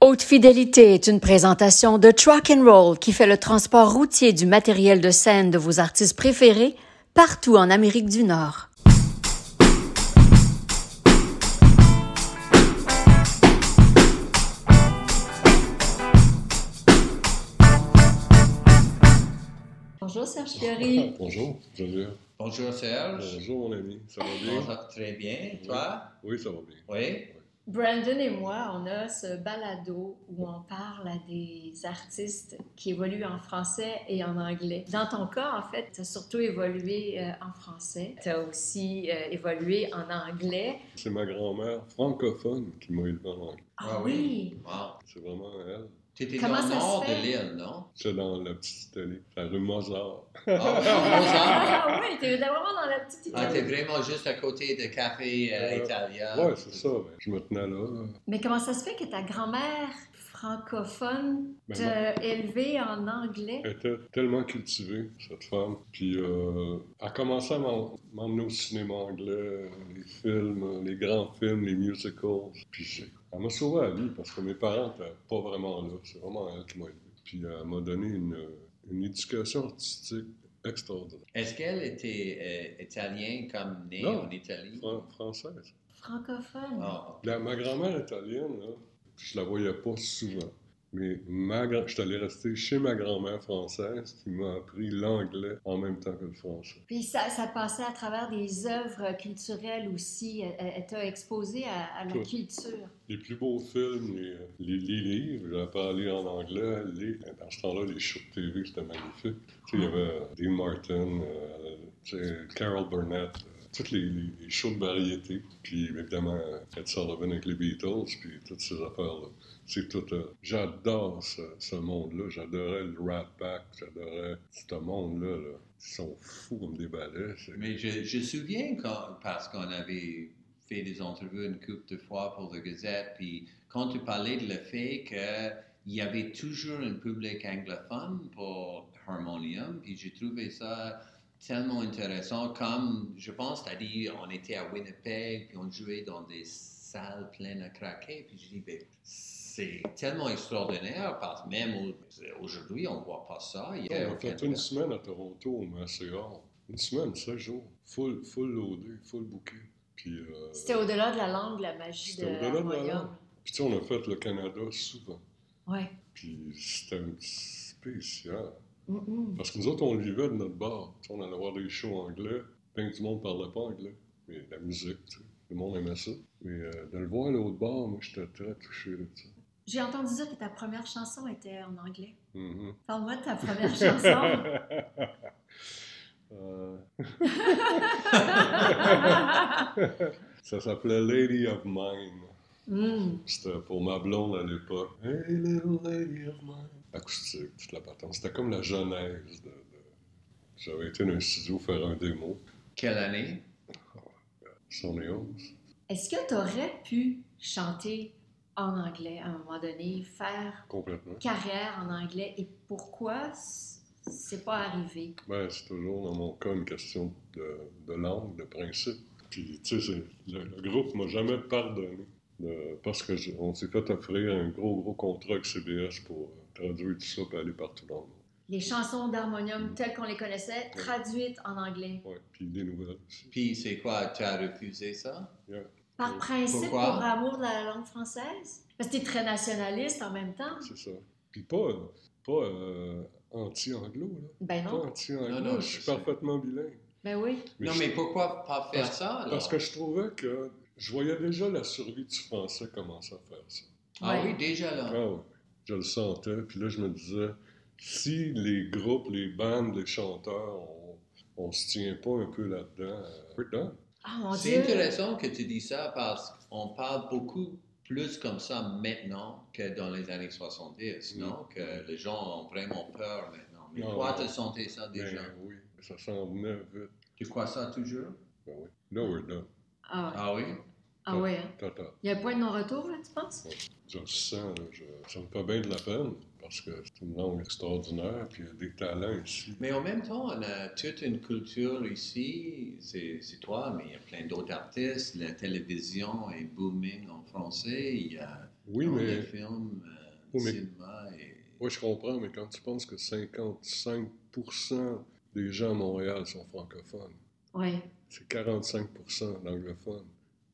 Haute Fidélité est une présentation de Truck and Roll qui fait le transport routier du matériel de scène de vos artistes préférés partout en Amérique du Nord. Bonjour Serge Fiori. Bonjour, Joseph. Bonjour Serge. Bonjour, mon ami. Ça va bien? Bonjour, très bien. Toi? Euh, Oui, ça va bien. Oui. Brandon et moi, on a ce balado où on parle à des artistes qui évoluent en français et en anglais. Dans ton cas, en fait, tu as surtout évolué euh, en français. Tu as aussi euh, évolué en anglais. C'est ma grand-mère francophone qui m'a élevé en anglais. Ah, oui! Wow. C'est vraiment elle. Tu étais Comment dans le ça se nord de fait? l'île, non? C'est dans la petite Italie, la rue Mozart. Ah, oui, Mozart. Ah oui, tu vraiment dans la petite Ah, t'es Italie. vraiment juste à côté de Café euh, Euh, Italia. Ouais, c'est ça. ben, je me tenais là. là. Mais comment ça se fait que ta grand-mère francophone Ben, moi, Euh. t'a élevé en anglais? elle était tellement cultivée, cette femme. Puis, euh, elle a commencé à m'en- m'emmener au cinéma anglais, les films, les grands films, les musicals. Puis, j'ai- elle m'a sauvé la vie parce que mes parents n'étaient pas vraiment là. C'est vraiment elle qui m'a élevé. Puis, elle m'a donné une, une éducation artistique extraordinaire. Est-ce qu'elle était euh, italienne comme née Non. en Italie? Fran- française. Francophone. Ah, La- ma grand-mère italienne, là, je la voyais pas souvent. Mais ma grand- je suis allé rester chez ma grand-mère française qui m'a appris l'anglais en même temps que le français. Puis ça, ça passait à travers des œuvres culturelles aussi. Elle- Elle elle t'a exposé à, à la Tout. culture. Les plus beaux films, les, les- les livres, j'apprends à lire en anglais. Les, dans ce temps-là, les shows de TV, c'était magnifique. Tu sais, il y avait euh, Dean Martin, euh, tu sais, Carol Burnett, euh, toutes les, les- les shows de variété. Puis évidemment, Ed Sullivan avec les Beatles, puis toutes ces affaires-là. C'est tout. euh, j'adore ce, ce monde-là. J'adorais le Rat Pack. J'adorais ce monde-là. là. Ils sont fous comme des balais. c'est- Mais je, je me souviens quand, parce qu'on avait fait des entrevues une couple de fois pour The Gazette, puis quand tu parlais de le fait qu'il y avait toujours un public anglophone pour Harmonium, puis j'ai trouvé ça tellement intéressant, comme, je pense, t'as dit, on était à Winnipeg, puis on jouait dans des salles pleines à craquer, puis j'ai dit, ben, c'est tellement extraordinaire, parce que même au- aujourd'hui, on voit pas ça. Il y a Eh, On a fait aucun- une semaine à Toronto au MCR. Une semaine, 16 jours. Full, full loadé, full booké. Puis, euh, C'était au-delà de la langue, la magie de C'était au-delà de la l'harmonium. langue. puis tu sais, on a fait le Canada souvent. Ouais. Puis c'était un petit spécial. Mm-mm. Parce que nous autres, on vivait de notre bar. Tu sais, on allait voir des shows anglais. Plein du monde parlait pas anglais. Mais la musique, tu sais, le monde aimait ça. Mais euh, de le voir à l'autre bar, moi, j'étais très touché de ça. J'ai entendu dire que ta première chanson était en anglais. Mhm. Parle-moi de ta première chanson. Euh, ça s'appelait Lady of Mine. Mm. C'était pour ma blonde à l'époque. Hey, little lady of mine. Acoustique, toute la patente. C'était comme la genèse de. de- J'avais été dans un studio faire un démo, Quelle année? 111. Est-ce que tu aurais pu chanter en anglais à un moment donné, faire Complètement. carrière en anglais et pourquoi c- c'est pas arrivé? Ben, c'est toujours, dans mon cas, une question de, de langue, de principe. Puis, tu sais, c'est- le, le groupe m'a jamais pardonné. de- parce que je- on s'est fait offrir un gros, gros contrat avec CBS pour euh, traduire tout ça et aller partout dans le monde. Les chansons d'harmonium telles qu'on les connaissait, traduites en anglais. Ouais, puis des nouvelles aussi. Puis c'est quoi, tu as refusé ça? Euh, Par principe, Pourquoi? pour amour de la langue française? Parce que t'es très nationaliste en même temps. C'est ça. Puis pas, euh, pas euh, anti-anglo, là. Ben Pas non. anti-anglais, Non, je non, suis je sais. parfaitement bilingue. Ben oui. non, je- mais pourquoi pas faire Parce- ça? alors? Parce que je trouvais que je voyais déjà la survie du français commencer à faire ça. Ah Ouais. oui, déjà là. Ah ouais, je le sentais. Puis là, je me disais, si les groupes, les bandes, les chanteurs, on, on se tient pas un peu là-dedans, euh, we're done. Ah mon C'est Dieu. intéressant que tu dis ça parce qu'on parle beaucoup plus comme ça maintenant que dans les années 70, Mm. non? Que les gens ont vraiment peur maintenant. Mais Non. toi, tu sentais ça Mais Ah, déjà. Ben oui, ça s'en venait vite. Tu crois ça toujours? Ben oui. Là, we're done. Ah, ouais. Ah oui? ah ouais. hein. Tata. Il y a un point de non-retour, là, tu penses? Je le sens, là, je- ça me fait bien de la peine parce que c'est une langue extraordinaire, puis il y a des talents ici. Mais en même temps, on a toute une culture ici. C'est c'est toi, mais il y a plein d'autres artistes. La télévision est booming en français. Il y a Oui, dans mais les films. euh, Oui, mais- cinéma et... Oui, je comprends, mais quand tu penses que 55% des gens à Montréal sont francophones, Oui. c'est 45% d'anglophones.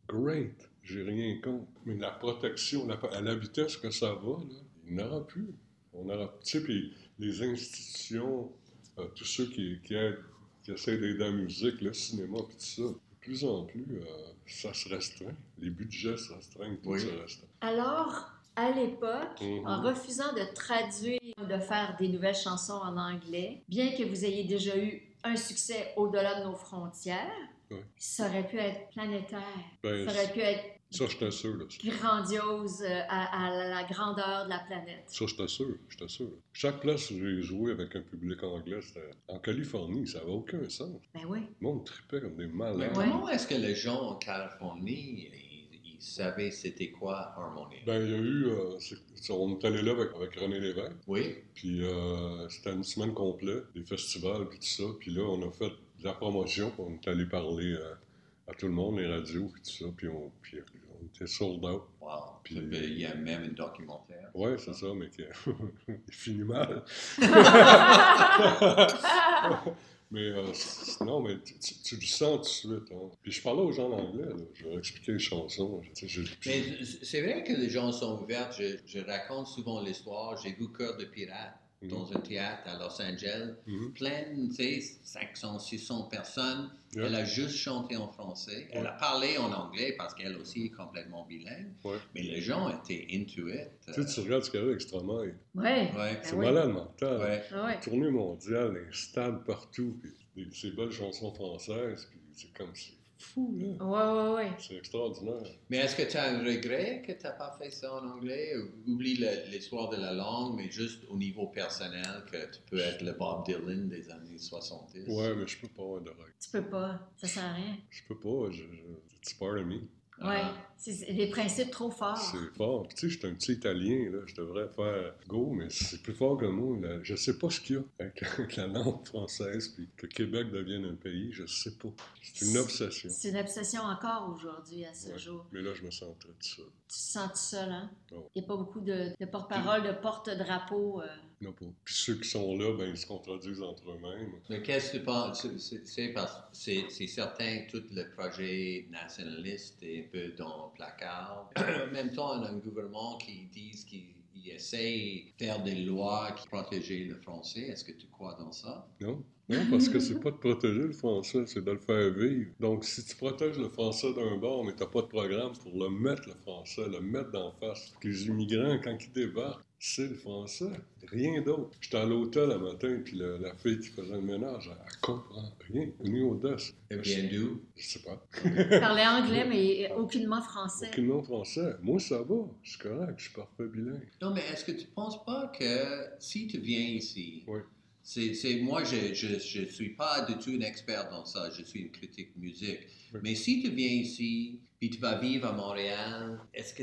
Great, j'ai rien contre. Mais la protection, la- à la vitesse que ça va, là, il n'y en aura plus. On aura, tu sais, puis les institutions, euh, tous ceux qui, qui aident, qui essaient d'aider la musique, le cinéma, puis tout ça, de plus en plus, euh, ça se restreint. Les budgets se restreignent, tout Oui. se restreint. Alors, à l'époque, Mhm. Mm-hmm. en refusant de traduire ou de faire des nouvelles chansons en anglais, bien que vous ayez déjà eu un succès au-delà de nos frontières, Ouais. ça aurait pu être planétaire, Euh, Ben, ça aurait pu être ça, je t'assure, là, grandiose euh, à, à la grandeur de la planète. Ça, je t'assure, je t'assure. Chaque place où j'ai joué avec un public anglais, c'était en Californie, ça n'avait aucun sens. Ben oui. Le monde tripait comme des malades. Mais Ouais. comment est-ce que les gens en Californie, ils, ils savaient c'était quoi harmonie? Ben, il y a eu. euh, c'est- on est allé là avec, avec René Lévesque, Oui, puis euh, c'était une semaine complète, des festivals, puis tout ça. Puis là, on a fait de la promotion, puis on est allé parler euh, à, à tout le monde, les radios, puis tout ça. Puis on, puis on était sold out. wow. Puis- Ça fait- il y a même un documentaire. Ouais, c'est ça, mais qui il finit mal. mais euh, c- c- non, mais tu, tu- tu le sens tout de suite. Hein. Puis je parlais aux gens en anglais, là. je leur expliquais les chansons. tu sais, j'ai- Mais c- c'est vrai que les gens sont ouverts. Je, je raconte souvent l'histoire. J'ai vu Cœur de pirate Mhm. dans un théâtre à Los Angeles. Mhm. Pleine, tu sais, 500, 600 personnes. Yeah. Elle a juste chanté en français. Elle a parlé en anglais parce qu'elle aussi est complètement bilingue. Ouais. Mais les gens étaient into it. Tu sais, tu regardes ce qu'il y avait avec Stromae. Ouais. Ouais. C'est oui. malade mental. Ouais. Ouais. Tournée mondiale, les stades partout, puis des- ces belles chansons françaises, puis c'est comme, c'est fou, là. Ouais, ouais, ouais. C'est extraordinaire. Mais est-ce que tu as un regret que tu n'as pas fait ça en anglais? Oublie le- l'histoire de la langue, mais juste au niveau personnel, que tu peux être le Bob Dylan des années 70. Ouais, mais je peux pas avoir de règles. Tu peux pas. Ça sert à rien. Je peux pas, je, je, it's part of me. Ah. Ouais. C'est c'est des principes trop forts. C'est fort. Puis, tu sais, je suis un petit Italien, là. Je devrais faire go, mais c'est plus fort que moi. là. Je sais pas ce qu'il y a avec, avec la langue française, puis que Québec devienne un pays, je sais pas. C'est une obsession. C'est une obsession encore aujourd'hui, à ce Ouais. jour. Mais là, je me sens très seul. Tu te sens tout seul, hein? Oh. Il n'y a pas beaucoup de, de porte-parole, de porte-drapeau. euh. Non, pas. Puis ceux qui sont là, ben, ils se contredisent entre eux-mêmes. Mais qu'est-ce que tu penses? C'est- c'est- C'est parce- c'est c'est certain, tout le projet nationaliste est un peu dans le placard. en même temps, on a un gouvernement qui dit qu'il il essaie de faire des lois qui protègent le français. Est-ce que tu crois dans ça? Non? Non, parce que c'est pas de protéger le français, c'est de le faire vivre. Donc, si tu protèges le français d'un bord, mais t'as pas de programme pour le mettre, le français, le mettre d'en face, les immigrants, quand ils débarquent, c'est le français, rien d'autre. J'étais à l'hôtel un matin, puis la, la fille qui faisait le ménage, elle, elle comprend rien. Une audace. Et Eh bien d'où? Je sais pas. Il parlait anglais, mais aucunement français. Aucun nom français. Moi, ça va. Je suis correct. Je suis parfait bilingue. Non, mais est-ce que tu ne penses pas que si tu viens ici, Oui. c'est, c'est- moi, je ne je, je suis pas du tout un expert dans ça, je suis une critique musique. Oui. Mais si tu viens ici, puis tu vas vivre à Montréal, est-ce que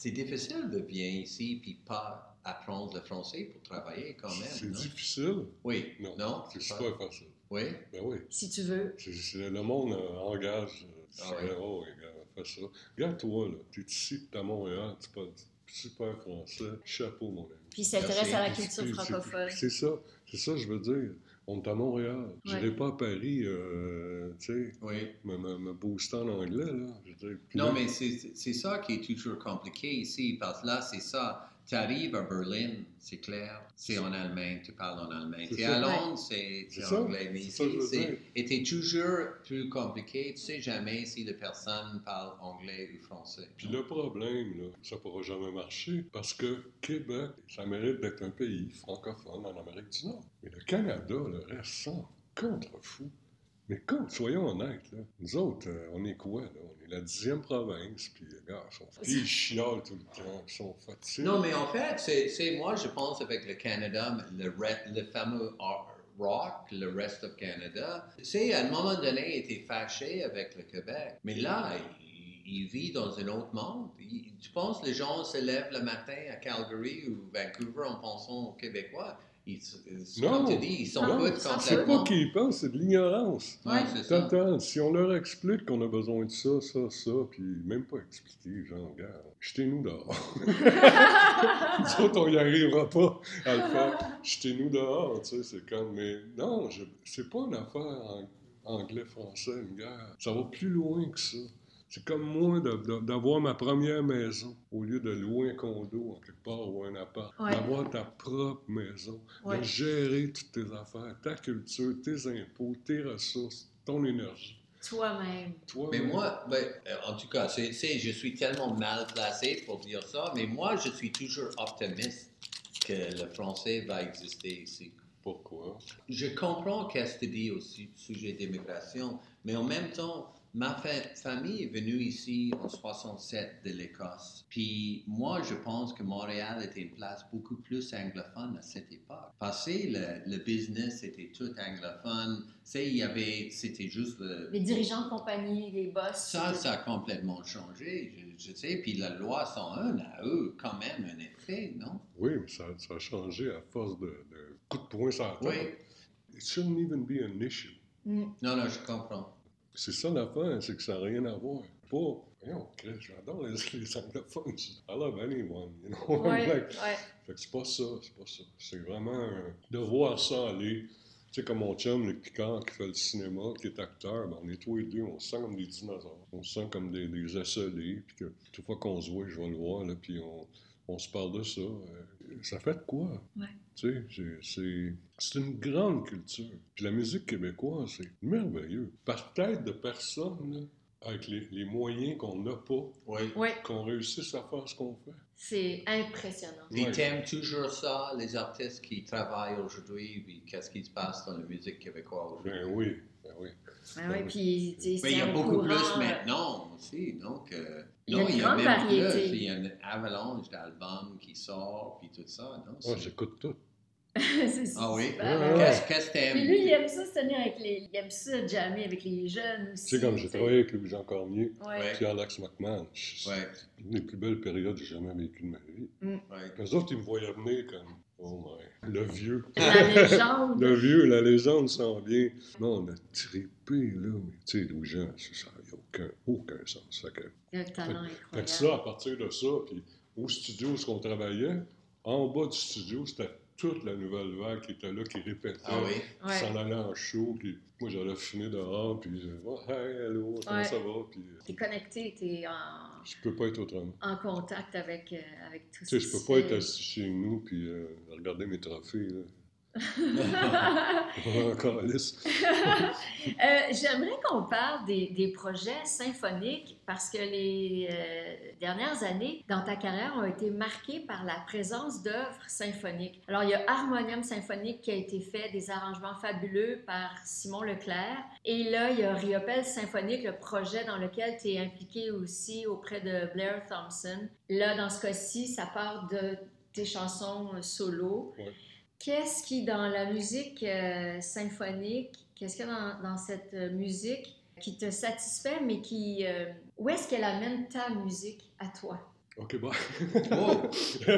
c'est difficile de venir ici, puis pas apprendre le français pour travailler quand même? C'est Ah, non? Ah, difficile. Oui, Non. C'est pas- super facile. Oui, Ben oui. Si tu veux. C'est- c'est- Le monde euh, engage. euh, c'est Ah ouais. vrai, oh, ouais, gars, fais ça. Regarde-toi, là. T'es ici, t'es à Montréal, tu parles super français. Chapeau, mon ami. Puis il s'intéresse Merci. à la C'est- culture c'est- francophone. C'est ça. C'est ça, je veux dire. On est à Montréal. J'irai Ouais. pas à Paris, euh, tu sais, oui. me, me, me booster en anglais, là. Je veux dire, puis là, Non, mais c'est c'est ça qui est toujours compliqué ici, parce que là, c'est ça. Tu arrives à Berlin, c'est clair, c'est en Allemagne, tu parles en Allemagne. C'est Tu es ça. à Londres, c'est C'est c'est ça. en anglais. Mais C'est ça que je ici, veux dire. c'est et t'es toujours plus compliqué. Tu sais jamais si la personne parle anglais ou français. Puis le problème, là, ça pourra jamais marcher parce que Québec, ça mérite d'être un pays francophone en Amérique du Nord. Mais le Canada, le reste, s'en contre-fou. Mais comme, soyons honnêtes, là, nous autres, euh, on est quoi, là? On est la dixième province, puis les gars, ils sont puis ils chiolent tout le temps, ils sont fatigués. Non, mais en fait, c'est c'est- moi, je pense avec le Canada, le, re- le fameux ar- rock, le rest of Canada, c'est à un moment donné, il était fâché avec le Québec. Mais là, il, il vit dans un autre monde. Il- tu penses les gens se lèvent le matin à Calgary ou Vancouver en pensant aux Québécois? Ils, s- ils s- Non. comme tu dis, ils s'en Non, foutent ils s'en C'est complètement. pas qu'ils pensent, c'est de l'ignorance. Ouais, c'est ça. Total, si on leur explique qu'on a besoin de ça, ça, ça, puis même pas expliquer, genre, gars, jetez-nous dehors. nous autres, on n'y arrivera pas à le faire. Jetez-nous dehors, tu sais, c'est comme, mais non, je- c'est pas une affaire ang- anglais-français, une guerre. Ça va plus loin que ça. C'est comme moi de- de- d'avoir ma première maison au lieu de louer un condo en quelque part ou un appart. Ouais. D'avoir ta propre maison, Ouais. de gérer toutes tes affaires, ta culture, tes impôts, tes ressources, ton énergie. Toi-même. Toi, Mais moi, ben, euh, en tout cas, c'est, c'est- je suis tellement mal placé pour dire ça, mais moi, je suis toujours optimiste que le français va exister ici. pourquoi? Je comprends qu'est-ce que tu dis au su- sujet d'immigration, mais en même temps, ma fa- famille est venue ici en 67 de l'Écosse. Puis moi, je pense que Montréal était une place beaucoup plus anglophone à cette époque. Passé, le, le business était tout anglophone. C'est, il y avait, c'était juste le, Les dirigeants de compagnie, les boss. ça, ça a complètement changé, je, je sais. Puis la loi 101 a eu quand même un effet, non? Oui, mais ça, ça a changé à force de, de coups de poing sur la Oui. tête. It shouldn't even be an issue. Mm. Non, non, je comprends. C'est ça l'affaire, c'est que ça n'a rien à voir. Pas, voyons, Chris, j'adore les, les anglophones. I love anyone, you know. Ouais, Like, ouais. fait que c'est pas ça, c'est pas ça. C'est vraiment un- de voir ça aller. Tu sais, comme mon chum, le Picard, qui fait le cinéma, qui est acteur, ben, on est tous les deux, on se sent comme des dinosaures. On se sent comme des, des esselés, puis que toute fois qu'on se voit, je vais le voir, là, puis on, on se parle de ça. Euh, Ça fait de quoi? Ouais. Tu sais, c'est- c'est- c'est une grande culture. Puis la musique québécoise, c'est merveilleux. Par tête de personne, là, avec les, les moyens qu'on n'a pas, Oui. Ouais. qu'on réussisse à faire ce qu'on fait. C'est impressionnant. Ils Ouais. t'aiment toujours ça, les artistes qui travaillent aujourd'hui, puis qu'est-ce qui se passe dans la musique québécoise aujourd'hui. Ben oui, ben oui. Ah ouais, puis, tu sais, Mais il y a c'est au beaucoup courant, plus euh, maintenant aussi, donc... euh, Il y a non, une grande variété. plus, il y a une avalanche d'albums qui sort, puis tout ça, non? Ah, C'est- j'écoute tout. c'est Ah oui? super, Ouais, hein. ouais. Qu'est-ce qu'est-ce que Puis lui, il t'aimes? aime ça se tenir avec les. Il aime ça jammer avec les jeunes aussi. Tu sais, comme j'ai tu sais. travaillé avec Louis-Jean Cormier, Ouais. puis Alex McMahon, c'est Ouais, une des plus belles périodes que j'ai jamais vécues de ma vie. ouais. Eux autres, ils me voyaient venir comme, oh my, le vieux. La légende. Le vieux, la légende s'en vient. Non, on a trippé, là. Mais tu sais, Louis-Jean, c'est ça n'a aucun, aucun sens. Fait que, Le talent fait que incroyable. ça, à partir de ça, puis au studio, ce qu'on travaillait, en bas du studio, c'était toute la nouvelle vague qui était là, qui répétait. Ah oui? Puis Ouais. s'en allait en show, puis moi j'allais fumer dehors, puis je oh, hey, allô, comment Ouais. ça va, puis T'es connecté, t'es en, je peux pas être autrement. en contact avec, euh, avec tout Tu sais, ce je peux qui pas se être assis chez nous, puis euh, regarder mes trophées, là. fait. Encore lisse. Euh, J'aimerais qu'on parle des, des projets symphoniques parce que les euh, dernières années dans ta carrière ont été marquées par la présence d'œuvres symphoniques. Alors, il y a Harmonium symphonique qui a été fait, des arrangements fabuleux par Simon Leclerc. Et là, il y a Riopel symphonique, le projet dans lequel tu es impliqué aussi auprès de Blair Thompson. Là, dans ce cas-ci, ça part de tes chansons euh, solo. Qu'est-ce qui, dans la musique euh, symphonique, qu'est-ce qu'il y a dans, dans cette euh, musique qui te satisfait, mais qui. euh, où est-ce qu'elle amène ta musique à toi? OK, bon. Oh!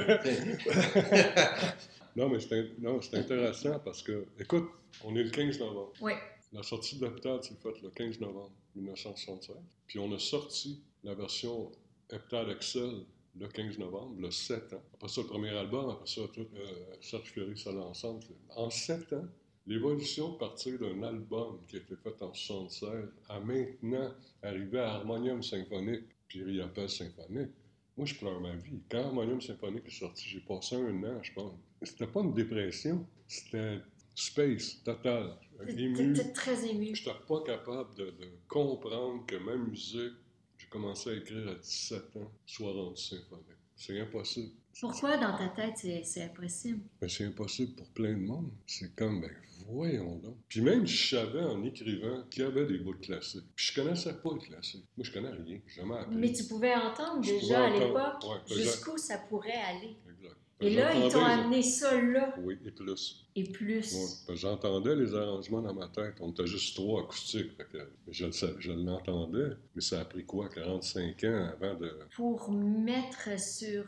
non, mais c'est in- non, c'est intéressant parce que, écoute, on est le 15 novembre. Oui. La sortie de l'hôpital, c'est faite le 15 novembre 1965. Puis on a sorti la version Heptad Excel le 15 novembre, le 7 ans. Après ça, le premier album, après ça, tout, euh, Serge Ferry, ça l'ensemble. En 7 ans, l'évolution de partir d'un album qui a été fait en 76 à maintenant arriver à Harmonium Symphonique, puis Riopel Symphonique. Moi, je pleure ma vie. Quand Harmonium Symphonique est sorti, j'ai passé un an, je pense. C'était pas une dépression, c'était space, total, ému. T'es très ému. Je n'étais pas capable de, de comprendre que ma musique, j'ai commencé à écrire à 17 ans, soit rendue symphonique. C'est impossible. Pourquoi dans ta tête c'est c'est impossible? Mais c'est impossible pour plein de monde. C'est comme, ben voyons donc. Puis même, je savais en écrivant qu'il y avait des bouts de classique. Puis je connaissais pas le classique. Moi, je connais rien. J'ai jamais appris. Mais tu pouvais entendre Je déjà à pouvais entendre, l'époque ouais, exact. jusqu'où ça pourrait aller. Exact. Et là, ils t'ont J'entendais les- amené ça là Oui, et plus. et plus. Ouais. Parce que J'entendais les arrangements dans ma tête. On était juste trois acoustiques. Fait que je le savais- je l'entendais. Mais ça a pris quoi, 45 ans avant de. Pour mettre sur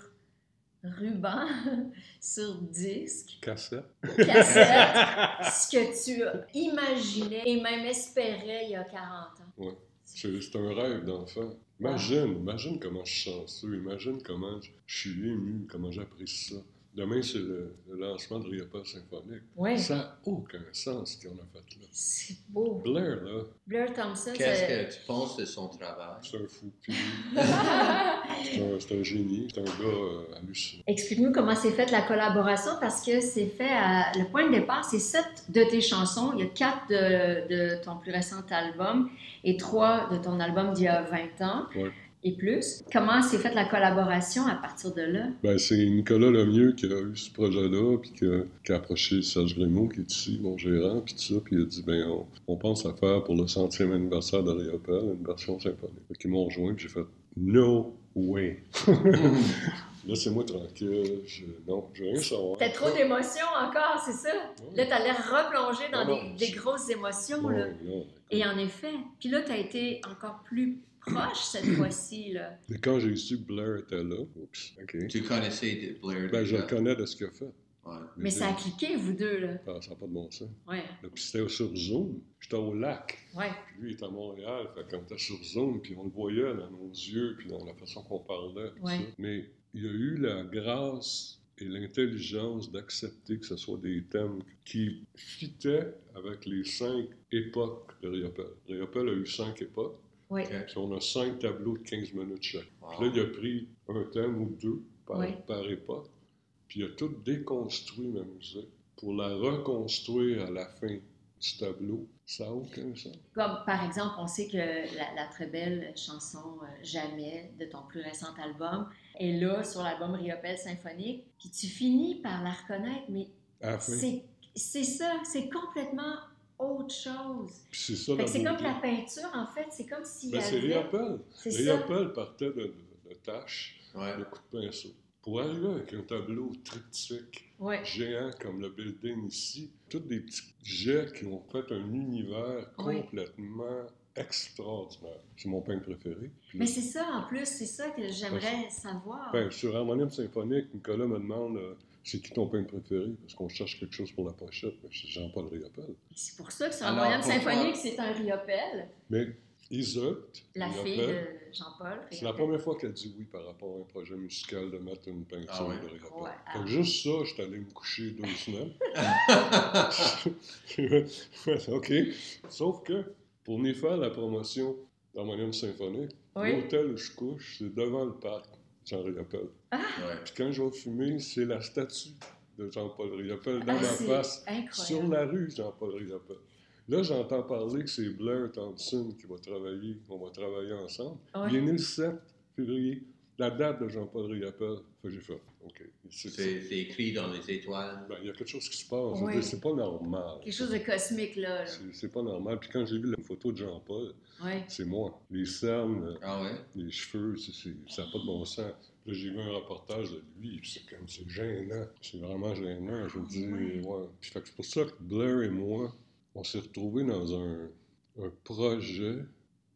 ruban, sur disque, Cassette. cassette, ce que tu imaginais et même espérais il y a 40 ans. Ouais. C'est c'est un rêve d'enfant. Imagine, imagine comment je suis chanceux, imagine comment je je suis ému, comment j'apprécie ça. Demain, c'est le, le lancement de Riopel Symphonique. Oui, Ça n'a aucun sens ce qu'on a fait là. c'est beau. Blair, là, Blair Thompson, Qu'est-ce c'est- que tu penses de son travail? c'est un fou. Puis, c'est un, c'est un génie. C'est un gars euh, hallucinant. Explique-nous comment s'est faite la collaboration parce que c'est fait à. Le point de départ, c'est sept de tes chansons. Il y a quatre de, de ton plus récent album et trois de ton album d'il y a 20 ans Ouais. et plus. Comment s'est faite la collaboration à partir de là? Ben, c'est Nicolas Lemieux qui a eu ce projet-là, puis que- qui a approché Serge Grimaud, qui est ici, mon gérant, puis tout ça, puis il a dit ben, on, on pense à faire pour le centième anniversaire de Léopold une version symphonique. Fait qu'ils m'ont rejoint, puis j'ai fait No way. Laissez-moi tranquille. Je, non, je veux rien savoir. T'as trop d'émotions encore, c'est ça? Là, t'allais replonger dans Non, non, des, des c'est- grosses émotions. Non, Là. non, Et en effet, puis là, t'as été encore plus proche cette fois-ci. Là. Mais quand j'ai su que Blair était là, oups, OK. tu connaissais de- Blair Ben, je déjà? le connais de ce qu'il a fait. Ouais. Mais ça a cliqué, vous deux. Là. Ah, ça n'a pas de bon sens. Ouais, Là, Puis c'était sur Zoom. J'étais au lac. ouais. Puis lui, il était à Montréal. Fait qu'on était sur Zoom, puis on le voyait dans nos yeux, puis dans la façon qu'on parlait. puis Ouais. ça. Mais il a eu la grâce et l'intelligence d'accepter que ce soit des thèmes qui fitaient avec les cinq époques de Riopel. Riopel a eu cinq époques, ouais. Ok. Ah. puis on a cinq tableaux de 15 minutes chaque. Wow. Puis là, il a pris un thème ou deux par, Ouais. par époque, puis il a tout déconstruit ma musique pour la reconstruire à la fin du tableau. Ça n'a aucun sens. Comme par exemple, on sait que la, la très belle chanson euh, Jamais de ton plus récent album est là sur l'album Riopel Symphonique. Puis tu finis par la reconnaître, mais À la fin. c'est c'est ça, c'est complètement autre chose. Puis c'est ça Fait la que C'est comme beauté. la peinture, en fait, c'est comme s'il y Ben, c'est avait. Léopold. C'est ça. Léopold partait de, de, de tâches, Ouais. de coups de pinceau. Pour arriver avec un tableau triptyque Ouais. géant comme le building ici, tous des petits jets qui ont fait un univers Oui. complètement extraordinaire. C'est mon peintre préféré. Puis- Mais c'est ça, en plus, c'est ça que j'aimerais savoir. Ben, sur Harmonium Symphonique, Nicolas me demande euh, c'est qui ton peintre préféré parce qu'on cherche quelque chose pour la pochette. Ben, c'est Jean-Paul Riopel. C'est pour ça que sur un Alors, Royaume pourquoi- Symphonique, c'est un Riopel, Mais Isopt, la fille Riopel, de Jean-Paul. C'est la Riopel. première fois qu'elle dit oui par rapport à un projet musical de mettre une peinture Ah ouais? de Riopelle. Ouais. Fait que juste ça, j'étais allé me coucher deux semaines. OK. Sauf que pour venir faire la promotion d'Harmonium Symphonique, Oui. l'hôtel où je couche, c'est devant le parc Jean Riopelle. Ouais. Puis quand je vais fumer, c'est la statue de Jean-Paul Riopelle dans Ah, ma c'est face, sur Incroyable. la rue Jean-Paul Riopelle. Là, j'entends parler que c'est Blair Thompson qui va travailler, on va travailler ensemble. Il est Ouais. né le 7 février, la date de Jean-Paul Riopelle. Fait que j'ai fait, OK. c'est- C'est c'est écrit dans les étoiles. ben, il y a quelque chose qui se passe. Je veux Ouais. dire, C'est pas normal. Quelque chose de cosmique, là. là. C'est c'est pas normal. Puis quand j'ai vu la photo de Jean-Paul, Ouais. c'est moi. Les cernes, Ah ouais? les cheveux, c'est- c'est- ça n'a pas de bon sens. Là, j'ai vu un reportage de lui, puis c'est comme, c'est gênant. C'est vraiment gênant, je veux dire. Ouais. Puis fait que c'est pour ça que Blair et moi, on s'est retrouvés dans un, un projet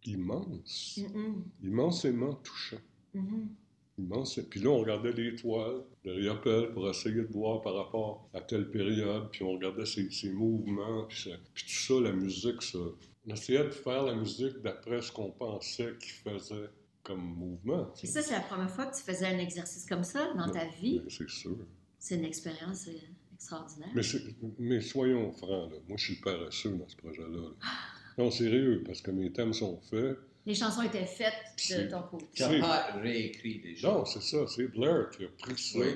immense, Mhm, immensément touchant. mhm. immense. Puis là, on regardait l'étoile de Riopel pour essayer de voir par rapport à telle période, puis on regardait ses, ses mouvements, puis, ça- puis tout ça, la musique, ça. On essayait de faire la musique d'après ce qu'on pensait qu'il faisait comme mouvement. tu Puis sais. ça, c'est la première fois que tu faisais un exercice comme ça dans ta vie. Mais Ben, C'est sûr. C'est une expérience euh, extraordinaire. Mais, c'est- mais soyons francs, là. moi je suis paresseux dans ce projet-là. là. Non, sérieux, parce que mes thèmes sont faits. Les chansons étaient faites de C'est- ton côté. Tu n'as C'est- pas réécrit des Non, choses. c'est ça, c'est Blair qui a pris ça. Oui.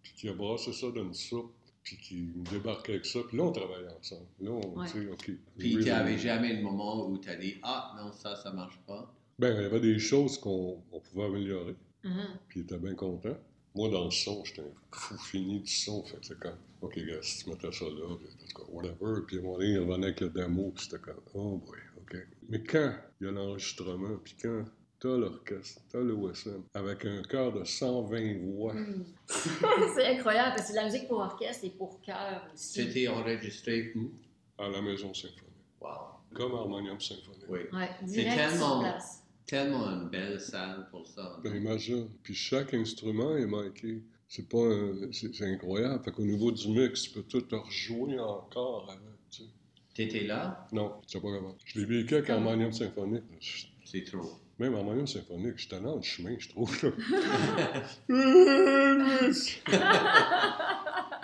puis qui a brassé ça d'une soupe, puis qui me débarque avec ça, puis là, on travaille ensemble. Là, on, Ouais. tu sais, OK. Puis Really. tu n'avais jamais le moment où tu as dit Ah non, ça, ça marche pas. Ben, il y avait des choses qu'on on pouvait améliorer, Mhm. puis il était bien content. Moi, dans le son, j'étais un fou fini du son, fait que c'est comme, OK, gars, si tu mettais ça là, puis en tout cas, whatever, puis à un moment donné, il revenait avec le démo, puis c'était comme, oh boy, OK. Mais quand il y a l'enregistrement, puis quand t'as l'orchestre, t'as le OSM, avec un chœur de 120 voix, Mhm. c'est incroyable parce que la musique pour orchestre et pour chœur aussi. C'était enregistré où? à la Maison Symphonique, Wow. comme Harmonium Symphonique. Oui. Ouais, direct sur tellement- place. Tellement une belle salle pour ça. Ben, imagine. Puis chaque instrument est marqué. C'est pas un- c'est c'est incroyable. Fait qu'au niveau du mix, tu peux tout te rejouer encore avec. tu sais. Tu étais là? Non, c'est pas grave. Je l'ai vécu avec Harmonium Symphonique. Je- C'est trop. Même Harmonium Symphonique, je suis allé en chemin, je trouve. là.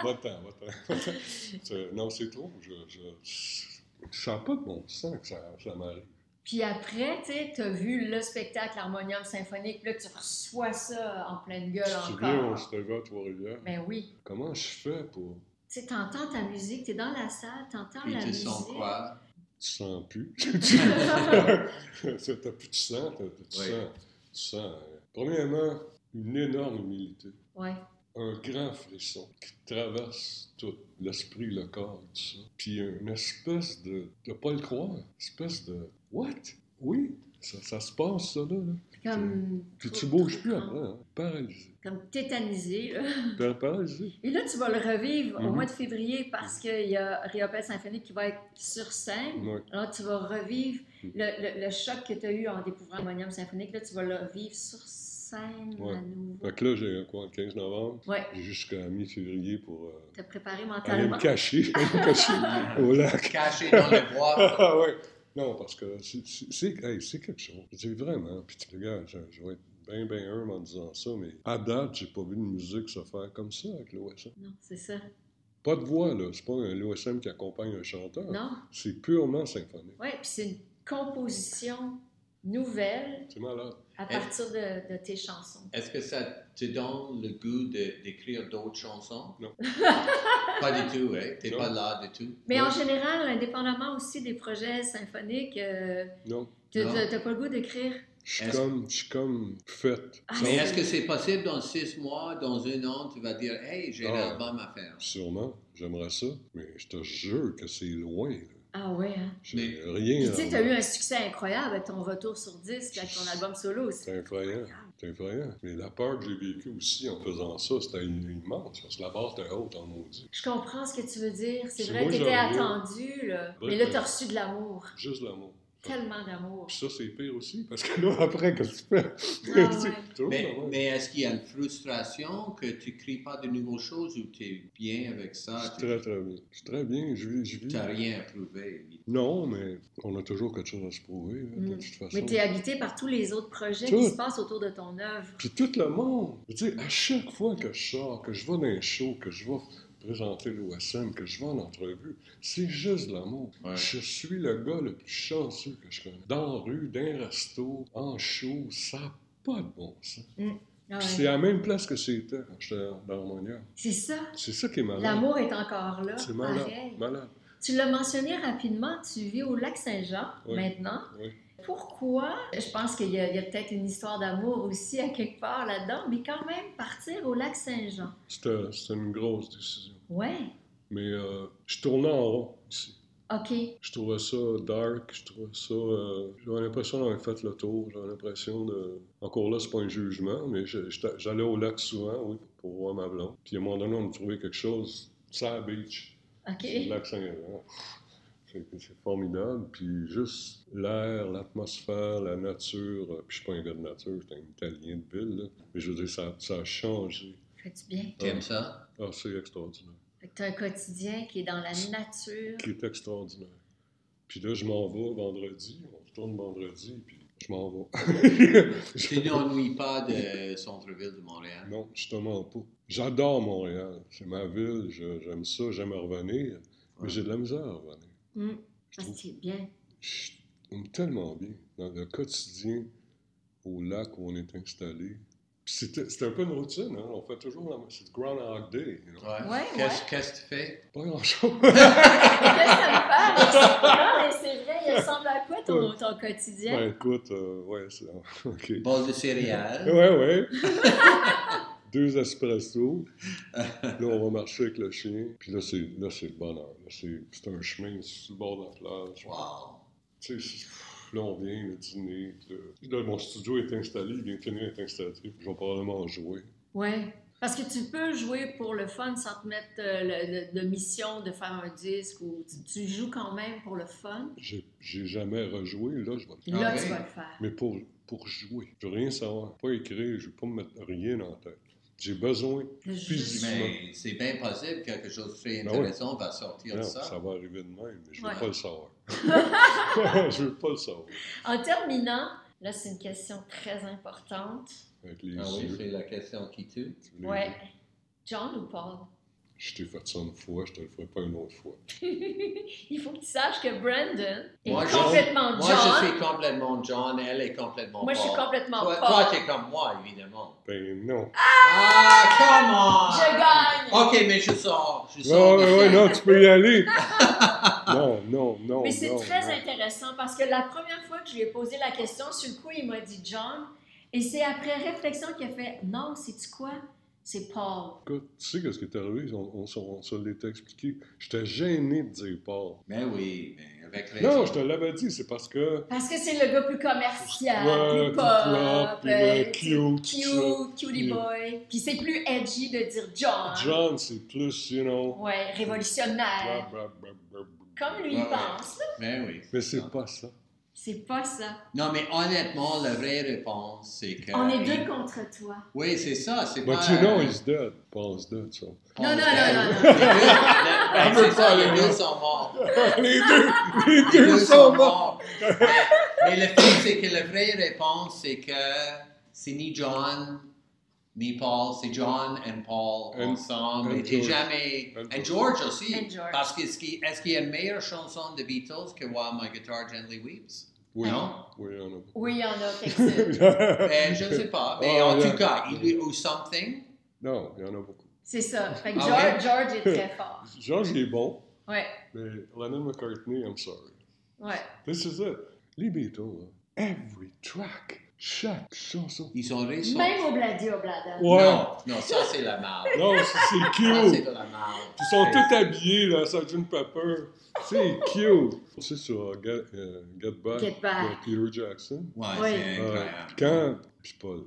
Va-t'en, va-t'en. C'est- non, c'est trop. Je, je, je sens pas de bon sens que ça, ça m'arrive. Puis après, tu sais, t'as vu le spectacle Harmonium Symphonique, puis là, tu reçois ça en pleine Tu gueule te souviens, on encore. s'était vu à Trois-Rivières. Ben oui. Comment je fais pour. Tu sais, t'entends ta musique, t'es dans la salle, t'entends Puis la tu musique. sens quoi? Tu sens plus. t'as plus de sang, t'as, t'as- tu Oui. sens. Tu sens. euh, Premièrement, une énorme humilité. ouais. un grand frisson qui traverse tout, l'esprit, le corps, tout ça. Puis une espèce de, de pas le croire, espèce de what? Oui, ça, ça se passe, ça là. là. Comme. Puis tu bouges plus après, hein? paralysé. Comme tétanisé, là. Par- Paralysé. Et là, tu vas le revivre au Mhm. mois de février parce qu'il y a Riopel Symphonique qui va être sur scène. Ouais. Alors, tu vas revivre Mhm. le, le- le choc que tu as eu en découvrant l'harmonium symphonique. Là, tu vas le revivre sur scène Ouais. à nouveau. Fait que là, j'ai quoi, le 15 novembre? Ouais. J'ai jusqu'à mi-février pour euh, T'as préparé aller mentalement. me cacher, aller me cacher au lac. Caché dans le bois. Ah ouais. Non, parce que c'est- c'est c'est- hey, c'est quelque chose. C'est vraiment. Puis tu regardes, je, je vais être bien, bien humble en disant ça, mais à date, j'ai pas vu de musique se faire comme ça avec l'OSM. Non, c'est ça. Pas de voix, là. C'est pas un l'OSM qui accompagne un chanteur. Non? C'est purement symphonique. Oui, puis c'est une composition nouvelle C'est malade. à partir de, de tes chansons. Est-ce que ça te donne le goût de- d'écrire d'autres chansons? Non. pas du tout, hein? T'es Non. pas là du tout. Mais en Ouais. général, indépendamment aussi des projets symphoniques, euh, Non. t'as Non. t'as- t'as pas le goût d'écrire. Je suis Est-ce- comme, je suis comme faite. Ah, Mais Non. est-ce que c'est possible dans six mois, dans un an, tu vas dire, hey, j'ai Ah. l'album à faire? Sûrement, j'aimerais ça, mais je te jure que c'est loin. là. Ah ouais, hein? J'ai Mais- Puis rien. tu sais, en t'as moi. eu un succès incroyable avec ton retour sur disque, avec ton album solo aussi. C'est incroyable. C'est effrayant. Mais la peur que j'ai vécue aussi en faisant ça, c'était immense, parce que la barre était haute en maudit. Je comprends ce que tu veux dire. C'est C'est vrai, moi, t'étais j'aurais- attendu, là. Ouais, Mais là, ouais. t'as reçu de l'amour. Juste l'amour. Tellement d'amour. Puis ça, c'est pire aussi, parce que là, après, qu'est-ce que tu fais? Ah ouais. C'est toujours Mais, la même. mais est-ce qu'il y a une frustration que tu crées pas de nouvelles choses ou tu es bien avec Je ça? suis Tu Ah, très, très bien. Je suis très bien, je vis. Je vis. n'as rien à prouver. Non, mais on a toujours quelque chose à se prouver, là, de Mm. toute façon. Mais t'es habité par tous les autres projets Tout. qui se passent autour de ton œuvre. Puis tout le monde, tu sais, à chaque fois que je sors, que je vais dans un show, que je vais présenter l'OSM, que je vais en entrevue, c'est juste de l'amour. Ouais. Je suis le gars le plus chanceux que je connais. Dans la rue, dans un resto, en show, ça n'a pas de bon sens. Ah Puis ouais. c'est à la même place que c'était quand j'étais dans l'harmonium. C'est ça. C'est ça qui est malade. L'amour est encore là. Ah C'est malade. Pareil. Malade. Tu l'as mentionné rapidement, tu vis au lac Saint-Jean Oui. maintenant. Oui. Pourquoi? Je pense qu'il y a, il y a peut-être une histoire d'amour aussi à quelque part là-dedans, mais quand même partir au lac Saint-Jean. C'était c'était une grosse décision. Ouais. Mais euh, je tournais en rond ici. OK. Je trouvais ça dark, je trouvais ça. euh, j'avais l'impression d'avoir fait le tour, j'avais l'impression de. Encore là, c'est pas un jugement, mais je- j'étais- j'allais au lac souvent, oui, pour voir ma blonde. Puis à un moment donné, on me trouvait quelque chose, ça beach, OK. sur le lac Saint-Laurent. C'est c'est formidable, puis juste l'air, l'atmosphère, la nature. euh, Puis je suis pas un gars de nature, j'étais un Italien de ville, là. Mais je veux dire, ça, ça a changé. Fais-tu bien? Tu aimes ça? Ah, c'est extraordinaire. Fait que t'as un quotidien qui est dans la nature. qui est extraordinaire. Puis là, je m'en vais vendredi, on retourne vendredi, puis je m'en vais. Tu n'ennuies pas de centre-ville de Montréal? non, justement pas. J'adore Montréal, c'est ma ville, je- j'aime ça, j'aime revenir, mais Ouais. j'ai de la misère à revenir. Mm. Je Ah, trouve c'est bien. je- on est tellement bien dans le quotidien au lac où on est installé. Puis C'était c'était un peu une routine, hein, on fait toujours la même C'est le Groundhog Day. you know. Ouais. Ouais, Qu'est-ce qu'est-ce que tu fais? Pas grand-chose. Qu'est-ce que ça me fait? Non, mais c'est vrai, il ressemble à quoi ton, ton quotidien? Ben, écoute, euh, ouais, c'est. OK. Bol de céréales. Ouais, ouais. Deux espressos. Là, on va marcher avec le chien. Puis là, c'est, là, c'est le bonheur. Là, c'est, c'est un chemin sur le bord de la plage. Wow. Tu sais, c'est- là, on vient, le dîner. puis Là, Là, mon studio est installé. Il vient de finir d'être installé. puis Je vais probablement jouer. Ouais. Parce que tu peux jouer pour le fun sans te mettre euh, le- le- de mission de faire un disque ou tu, tu joues quand même pour le fun. J'ai, j'ai jamais rejoué. Là, je vais... Puis Là, Ah tu ouais? vas le faire. Mais pour, pour jouer, je veux rien savoir. Pas écrire. Je veux pas me mettre rien en tête. J'ai besoin. Le Physiquement. jeu. Mais c'est bien possible, quelque chose de très Ben ouais. intéressant va sortir Non, de ça. ça va arriver de même, mais je veux Ouais. pas le savoir. je veux pas le savoir. En terminant, là, c'est une question très importante. Avec les Ah yeux. oui, c'est la question qui tue. les Ouais. yeux. John ou Paul? je t'ai fait ça une fois, je te le ferai pas une autre fois. Il faut que tu saches que Brandon est Moi, je- complètement Moi, je John. suis complètement John, elle est complètement Moi, je suis Paul. complètement Toi, Paul. toi, t'es comme moi, évidemment. Ben non. Ah, come on! Je gagne! Ok, mais je sors. Je Non, sors. de ouais, ça. ouais, non, tu peux y aller. non, non, non. oh, Mais c'est non, très non. intéressant parce que la première fois que je lui ai posé la question, sur le coup, il m'a dit John. Et c'est après réflexion qu'il a fait Non, c'est-tu quoi? C'est Paul. Écoute, tu sais qu'est-ce qui est arrivé? On, on, s'en- on se l'était expliqué. J'étais gêné de dire Paul. Mais Ben oui, mais avec raison. Non, je te l'avais dit, c'est parce que. Parce que c'est le gars plus commercial, Ouais, plus plus pop, pop, puis, euh, ouais, cute, cute, cutie Mm. boy. Puis c'est plus edgy de dire John. John, c'est plus, you know. Ouais, bla, révolutionnaire. bla, bla, bla, bla. Comme lui Ouais, ouais. pense, là. Mais Ben oui. Mais c'est pas ça. C'est pas ça. Non, mais honnêtement, la vraie réponse, c'est que. On est deux contre toi. Oui, c'est ça. C'est But pas. you know he's dead. Paul's dead, so. Non, non, non, non, non. Les deux- les- veut c'est pas ça, les aller deux là. sont morts. les deux, les Les deux sont morts. Mais, mais le fait, c'est que la vraie réponse, c'est que c'est ni John ni Paul, c'est John and Paul And- ensemble. and Et t'es George. jamais. And Et George aussi. And George. Parce que est-ce qu'il est-ce qu'il y a une meilleure chanson de Beatles que While My Guitar Gently Weeps? Oui, Non? oui, on a. Oui, il y en a quelques-unes. Ben, je ne sais pas. Mais Oh, en yeah. tout cas, il lui ou something. non, il y en a beaucoup. C'est ça. Fait que Ah George, ouais? George est très fort. George, il est bon, Ouais, mais Lennon McCartney, I'm sorry. ouais. This is it. Les Beatles, là, every track, chaque chanson. Ils sont récents. Même au Bladi au Blada. Ouais. Non, non, ça c'est la merde. Non, c'est c'est Ça c'est cute. de la merde. Ils sont tous habillés, là, Sgt. Pepper. C'est cute. C'est sur Get, euh, Get Back Get Back. de Peter Jackson. Ouais, Oui. c'est Euh, incroyable. quand. Puis Paul.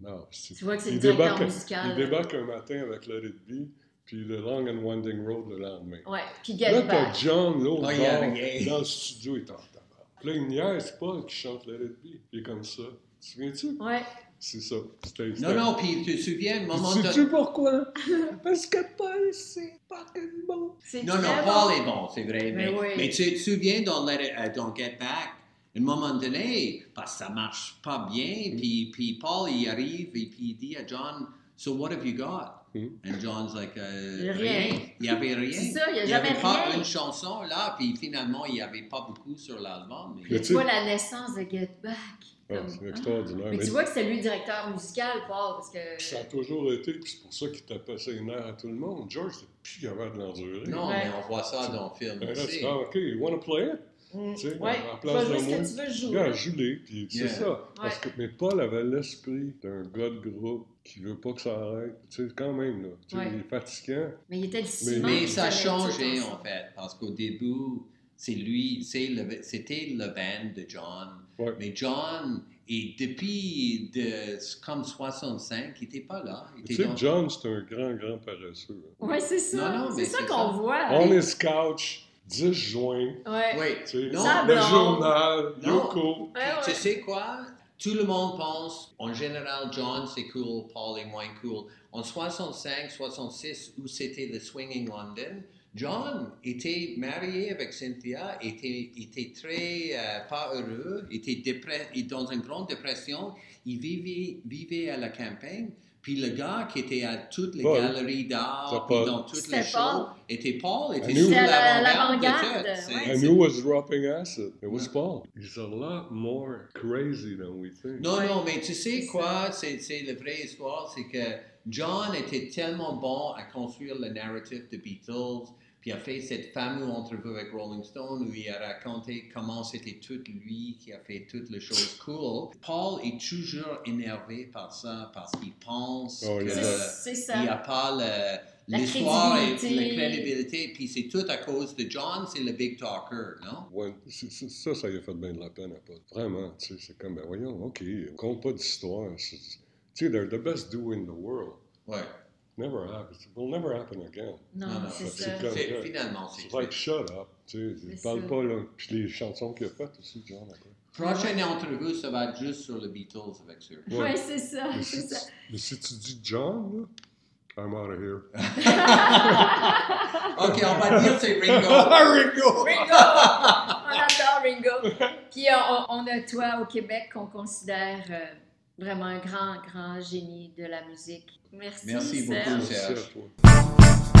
Non, c'est Tu vois que c'est le Il directeur débarque- musical. Il débarque un matin avec le rugby, puis le Long and Winding Road le lendemain. Ouais, puis là, Get t'as Back. John, l'autre bord, Oh, yeah, yeah. dans le studio, il t'entend. Puis là, il niaise Paul qui chante le rugby. Il est comme ça. Tu te souviens-tu? Ouais. C'est ça. C'était- Non, c'était- non, puis tu te souviens, le moment Sais-tu de... pourquoi? Parce que Paul, c'est fucking bon. C'est Non, non, très Paul bon. est bon, c'est vrai. Mais Mais, oui. mais tu te souviens dans, Let It- euh, dans Get Back, à un moment donné, parce que ça marche pas bien, Mm. puis, puis Paul, il arrive et puis il dit à John, « So what have you got? Mm. And John's like, euh, Rien. Il n'y avait rien. C'est ça, il n'y a Il n'y jamais avait pas rien. une chanson là, puis finalement, il n'y avait pas beaucoup sur l'album. mais- Mais Mais tu tu- vois la naissance de Get Back. Comme- c'est extraordinaire. Ah. Mais, Mais tu vois que c'est lui le directeur musical, Paul, parce que. ça a toujours été, puis c'est pour ça qu'il tapait ses nerfs à tout le monde. George, c'est plus capable de l'endurer. Non, Ouais. mais on voit ça dans le film Là, aussi. c'est ah, OK, you wanna play it? Mm. Tu sais, Ouais, à la tu place vas de jouer ce moi, que tu veux jouer. Gars, joue-les, puis Yeah. c'est ça. Parce que, mais Paul avait l'esprit d'un gars de groupe qui veut pas que ça arrête. Tu sais, quand même, là. Tu sais, Ouais. Il est fatigant. Mais il était le ciment. Mais qui ça hein, a tenait changé tout ensemble. en fait, parce qu'au début, c'est lui, c'est le- c'était le band de John. Ouais. Mais John, et depuis de, comme 65, il n'était pas là. Il Tu était sais, dans- John, c'est un grand, grand paresseux. hein. Ouais, c'est ça. Non, non, c'est mais ça c'est qu'on ça. voit. On est scouch, 10 juin, Ouais. Oui. tu sais, Non, Ça, le blonde. journal, Non. Yoko. Ouais, Puis ouais. Tu sais quoi? Tout le monde pense, en général, John c'est cool, Paul est moins cool. En 65, 66, où c'était le Swinging London, John était marié avec Cynthia, était, était très euh, pas heureux, était dépre- et dans une grande dépression. Il vivait, vivait à la campagne. Puis le gars qui était à toutes les Paul. galeries C'est d'art, puis Paul. dans toutes C'était les shows, Paul. était Paul, était Nous. sur C'était à la- l'avant-garde. de l'avant-garde, tout. C'est- ouais. And c'est- who was dropping acid? It was Ouais. Paul. He's a lot more crazy than we think. Non, Ouais. non, mais tu C'est sais ça. quoi, c'est c'est la vraie histoire, c'est que John était tellement bon à construire le narrative de Beatles, puis a fait cette fameuse entrevue avec Rolling Stone où il a raconté comment c'était tout lui qui a fait toutes les choses cool. Paul est toujours énervé par ça, parce qu'il pense Oh, qu'il il C'est- y a- C'est n'y a ça. pas le- La l'histoire et crédibilité. la crédibilité, puis c'est tout à cause de John, c'est le big talker, non? Ouais, c'est- c'est- ça, ça lui a fait bien de la peine à Paul. Vraiment, tu sais, c'est comme, ben voyons, OK, compte pas d'histoire. c'est- Tu sais, they're the best duo in the world. Ouais. Never happens. It will never happen again. Non, non, c'est c'est ça. comme- C'est- Finalement, c'est C'est like, shut up. Tu sais, C'est il parle ça. pas, là. Puis les chansons qu'il a faites aussi, John, après. Prochaine entrevue, ça va être juste sur les Beatles avec sûr. Ouais, Ouais. c'est ça. Mais C'est si, ça. tu- mais si tu dis John, là, I'm out of here. Ok, on va dire c'est Ringo. Ringo! Ringo! On adore Ringo. Puis euh, on, on a toi au Québec qu'on considère euh, vraiment un grand, grand génie de la musique. Merci, Merci beaucoup, Serge. Merci à Serge. toi.